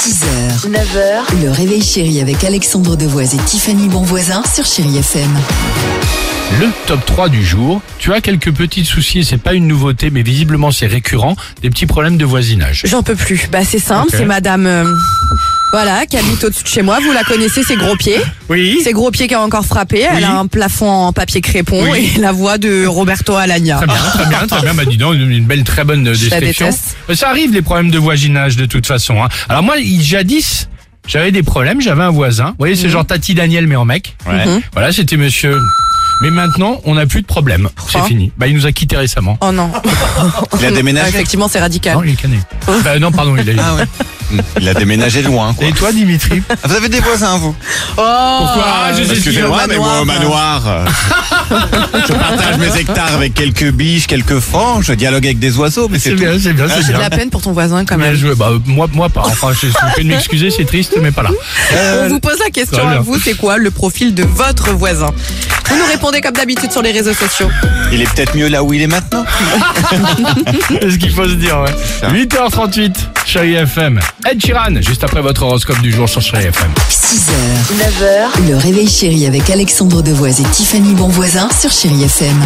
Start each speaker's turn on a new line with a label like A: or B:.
A: 6h, 9h, le réveil chéri avec Alexandre Devoise et Tiffany Bonvoisin sur Chéri FM.
B: Le top 3 du jour. Tu as quelques petits soucis, c'est pas une nouveauté, mais visiblement c'est récurrent, des petits problèmes de voisinage.
C: J'en peux plus. Bah c'est simple,
B: Ok.
C: c'est madame euh, voilà, qui habite au-dessus de chez moi, vous la connaissez, ses gros pieds.
B: Oui.
C: Ses gros pieds qui a encore frappé, elle a un plafond en papier crépon
B: Oui.
C: et la voix de Roberto Alagna.
B: Très bien, très bien, très bien. Bah, dis donc, une une belle, très bonne euh,
C: Je la
B: description.
C: déteste.
B: Mais Ça arrive, les problèmes de voisinage, de toute façon. hein. Alors moi, il- jadis, j'avais des problèmes, j'avais un voisin. Vous voyez,
C: Mhm.
B: c'est genre Tati Daniel, mais en mec.
D: Mhm.
B: Voilà, c'était monsieur... Mais maintenant, on n'a plus de problème. C'est
C: Pourquoi
B: fini. Bah, il nous a quittés récemment.
C: Oh non.
D: Il a
C: Ah,
D: déménagé.
C: Effectivement, c'est radical.
B: Non, il est cané. Bah, non, pardon, il est...
C: Ah.
D: Il a déménagé loin. quoi.
B: Et toi, Dimitri
D: Ah, Vous avez des voisins, vous
C: Oh.
B: Pourquoi Ah, je sais ce qu'il
D: Excusez-moi,
C: au
D: mais moi, au manoir, euh, je partage mes hectares avec quelques biches, quelques francs, je dialogue avec des oiseaux, mais c'est
B: C'est
D: tout.
B: bien, c'est bien, c'est
C: J'ai de
B: bien.
C: la peine pour ton voisin quand
B: Bien
C: même.
B: joué. Bah, euh, moi, moi pas. Enfin, je je vous prie de m'excuser, c'est triste, mais pas là.
C: On vous pose la question
B: très
C: à
B: bien.
C: vous, c'est quoi le profil de votre voisin Vous nous répondez comme d'habitude sur les réseaux sociaux.
D: Il est peut-être mieux là où il est maintenant.
B: C'est ce qu'il faut se dire, ouais. 8h38, Chérie FM. Ed Sheeran, juste après votre horoscope du jour sur Chérie FM.
A: 6h, 9h, le réveil chéri avec Alexandre Devoise et Tiffany Bonvoisin sur Chéri FM.